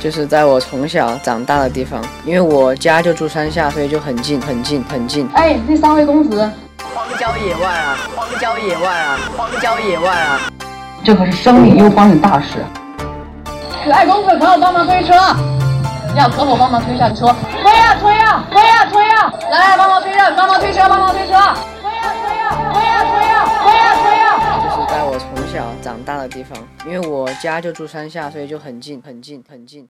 就是在我从小长大的地方，因为我家就住山下，所以就很近很近很近。哎，那三位公子，荒郊野外啊，荒郊野外啊，荒郊野外啊！这可是生命攸关的大事。啊可爱公子，可我帮忙推车？要可我帮忙推下车？推呀、推呀、推呀、推呀、来，帮忙推着，帮忙推车，帮忙推车。推呀、推呀、推呀、推呀、推呀、推呀、就是在我从小长大的地方，因为我家就住山下，所以就很近很近很近。